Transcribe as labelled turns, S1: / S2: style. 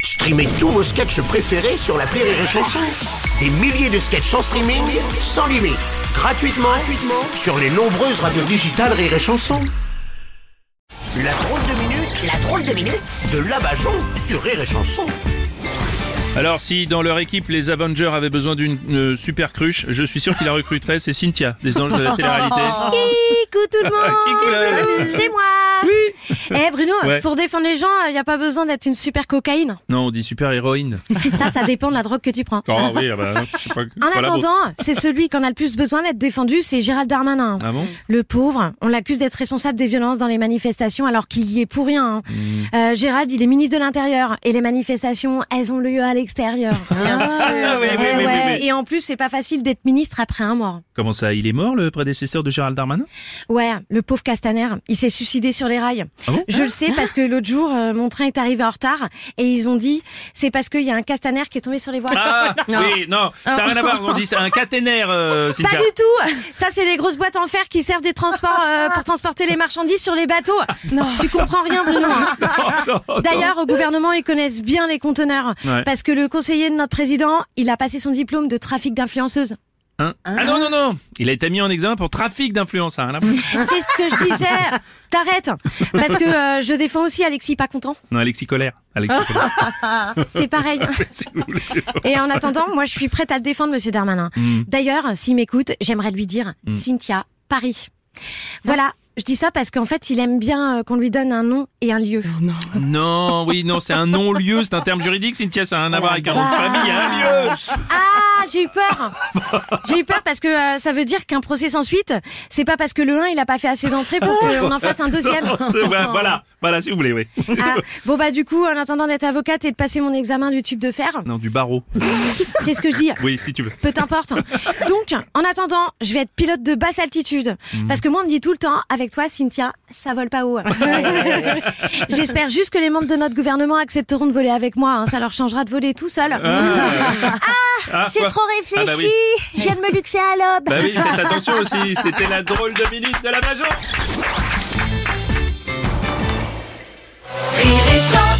S1: Streamez tous vos sketchs préférés sur la Rire et Chanson. Des milliers de sketchs en streaming, sans limite, gratuitement, gratuitement sur les nombreuses radios digitales Rire et Chanson. La drôle de minute, la drôle de minute de Labajon sur Rire et Chanson.
S2: Alors si dans leur équipe les Avengers avaient besoin d'une euh, super cruche, je suis sûr qu'ils la recruteraient, c'est Cynthia des anges de la télé-réalité.
S3: Oh. Kikou tout le monde
S2: Kikou, là.
S3: C'est moi
S2: Oui
S3: Eh Bruno,
S2: Ouais.
S3: pour défendre les gens, il n'y a pas besoin d'être une super cocaïne.
S2: Non, on dit super héroïne.
S3: Ça, ça dépend de la drogue que tu prends.
S2: Oh oui, ah bah, je sais pas.
S3: En
S2: voilà, bon.
S3: attendant, c'est celui qu'on a le plus besoin d'être défendu, c'est Gérald Darmanin.
S2: Ah bon
S3: Le pauvre, on l'accuse d'être responsable des violences dans les manifestations alors qu'il y est pour rien. hein.
S2: Hmm.
S3: Euh, Gérald, il est ministre de l'Intérieur et les manifestations, elles ont lieu à l'extérieur. Bien
S2: sûr. Ah, oui, oui, oui, oui, oui.
S3: Et en plus, c'est pas facile d'être ministre après un mort.
S2: Comment ça, il est mort le prédécesseur de Gérald Darmanin
S3: Ouais, le pauvre Castaner, il s'est suicidé sur les rails.
S2: Ah bon
S3: Je le sais parce que l'autre jour, euh, mon train est arrivé en retard et ils ont dit c'est parce qu'il y a un Castaner qui est tombé sur les voies.
S2: Ah oui, non, ça n'a rien à voir, on dit c'est un caténaire euh,
S3: Pas
S2: Cynthia.
S3: du tout Ça, c'est les grosses boîtes en fer qui servent des transports euh, pour transporter les marchandises sur les bateaux.
S2: Ah,
S3: Non, tu comprends rien, Bruno. hein.
S2: Oh, Non, non.
S3: D'ailleurs, au gouvernement, ils connaissent bien les conteneurs.
S2: Ouais.
S3: Parce que le conseiller de notre président, il a passé son diplôme de trafic d'influenceuses.
S2: Hein Ah non, non, non Il a été mis en examen pour trafic d'influence. hein, là.
S3: C'est ce que je disais. T'arrêtes. Parce que euh, je défends aussi Alexis, pas content.
S2: Non, Alexis Colère. Alexis Colère.
S3: C'est pareil. Et en attendant, moi, je suis prête à le défendre, Monsieur Darmanin.
S2: Mm.
S3: D'ailleurs, s'il m'écoute, j'aimerais lui dire Cynthia Paris. Voilà. Je dis ça parce qu'en fait, il aime bien euh, qu'on lui donne un nom et un lieu.
S2: Oh, non, oui, non, c'est un non-lieu, c'est un terme juridique, Cynthia, ça n'a
S3: Oh
S2: rien à voir avec un nom de famille, il y a un lieu
S3: Ah, j'ai eu peur. J'ai eu peur parce que euh, ça veut dire qu'un procès sans suite, c'est pas parce que le 1 il a pas fait assez d'entrées pour qu'on en fasse un deuxième.
S2: Non, c'est- ouais, voilà, voilà, si vous voulez, oui.
S3: Ah, bon bah du coup, en attendant d'être avocate et de passer mon examen du tube de fer,
S2: Non, du barreau.
S3: c'est ce que je dis.
S2: Oui, si tu veux.
S3: Peu t'importe. Donc, en attendant, je vais être pilote de basse altitude.
S2: Mhm.
S3: Parce que moi, on me dit tout le temps, avec toi, Cynthia, ça vole pas haut. J'espère juste que les membres de notre gouvernement accepteront de voler avec moi. hein. Ça leur changera de voler tout seul.
S2: Ah,
S3: J'ai
S2: quoi
S3: trop
S2: Ah
S3: réfléchi.
S2: bah oui.
S3: Je viens de me luxer à l'aube.
S2: Bah oui, faites attention aussi, c'était la drôle de minute de la major.
S4: Rire et chanson